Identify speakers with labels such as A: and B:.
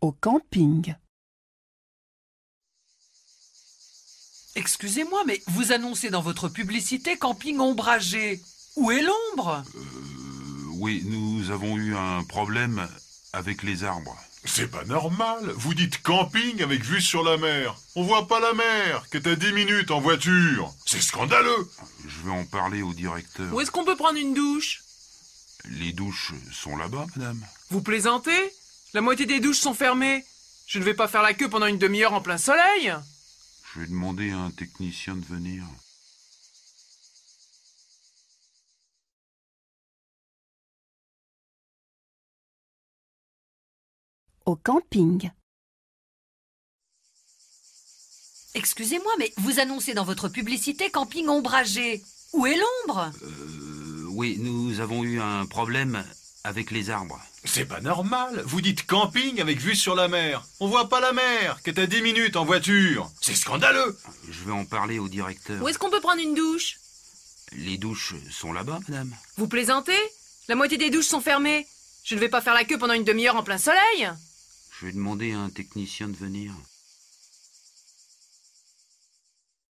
A: au camping.
B: Excusez-moi, mais vous annoncez dans votre publicité camping ombragé. Où est l'ombre
C: Euh, Oui, nous avons eu un problème avec les arbres.
D: C'est pas normal. Vous dites camping avec vue sur la mer. On voit pas la mer, que t'as 10 minutes en voiture. C'est scandaleux.
C: Je vais en parler au directeur.
E: Où est-ce qu'on peut prendre une douche
C: Les douches sont là-bas, madame.
E: Vous plaisantez La moitié des douches sont fermées. Je ne vais pas faire la queue pendant une demi-heure en plein soleil.
C: Je vais demander à un technicien de venir.
A: Au camping.
F: Excusez-moi, mais vous annoncez dans votre publicité camping ombragé. Où est l'ombre
C: oui, nous avons eu un problème avec les arbres.
D: C'est pas normal. Vous dites camping avec vue sur la mer. On voit pas la mer, que t'as 10 minutes en voiture. C'est scandaleux.
C: Je vais en parler au directeur.
E: est-ce qu'on peut prendre une douche
C: Les douches sont là-bas, madame.
E: Vous plaisantez La moitié des douches sont fermées. Je ne vais pas faire la queue pendant une demi-heure en plein soleil.
C: Je vais demander à un technicien de venir.